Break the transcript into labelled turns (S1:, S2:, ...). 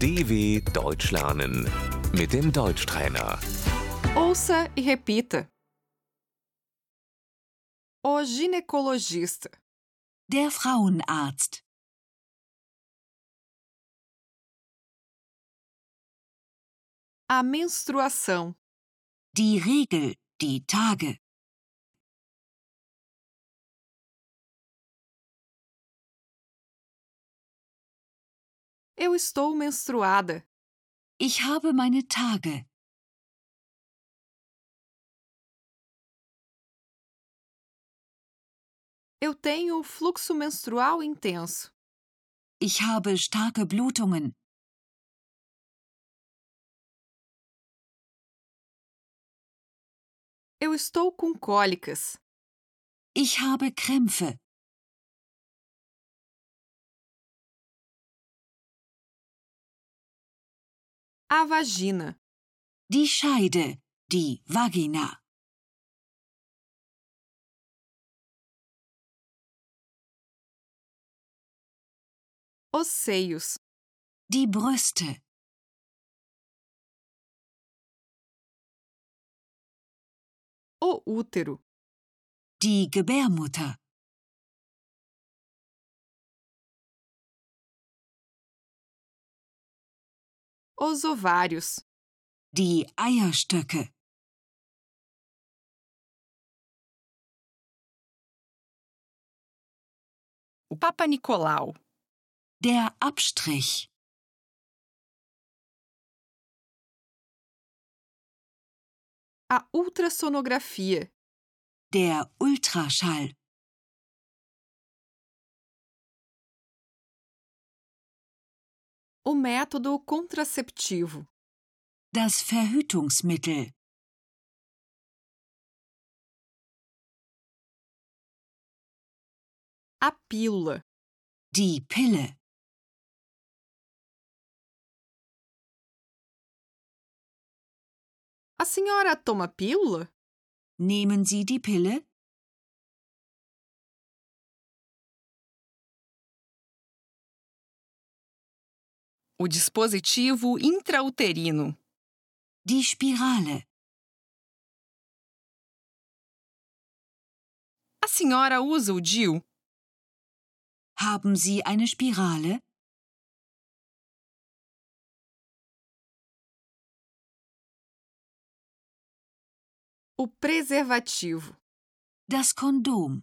S1: DW Deutsch lernen mit dem Deutschtrainer.
S2: Ouça e repita. O ginecologista.
S3: Der Frauenarzt.
S2: A menstruação.
S3: Die Regel. Die Tage.
S2: Eu estou menstruada.
S3: Ich habe meine Tage.
S2: Eu tenho fluxo menstrual intenso.
S3: Ich habe starke Blutungen.
S2: Eu estou com cólicas.
S3: Ich habe Krämpfe.
S2: A vagina.
S3: Die Scheide. Die Vagina.
S2: Os seios.
S3: Die Brüste.
S2: O útero.
S3: Die Gebärmutter.
S2: Os ovários.
S3: Die Eierstöcke.
S2: O Papa Nicolau.
S3: Der Abstrich.
S2: A ultrassonografia.
S3: Der Ultraschall.
S2: O método contraceptivo.
S3: Das Verhütungsmittel.
S2: A pílula.
S3: Die Pille.
S2: A senhora toma pílula?
S3: Nehmen Sie die Pille?
S2: O dispositivo intrauterino.
S3: Die Spirale.
S2: A senhora usa o DIU?
S3: Haben Sie eine Spirale?
S2: O preservativo.
S3: Das Kondom.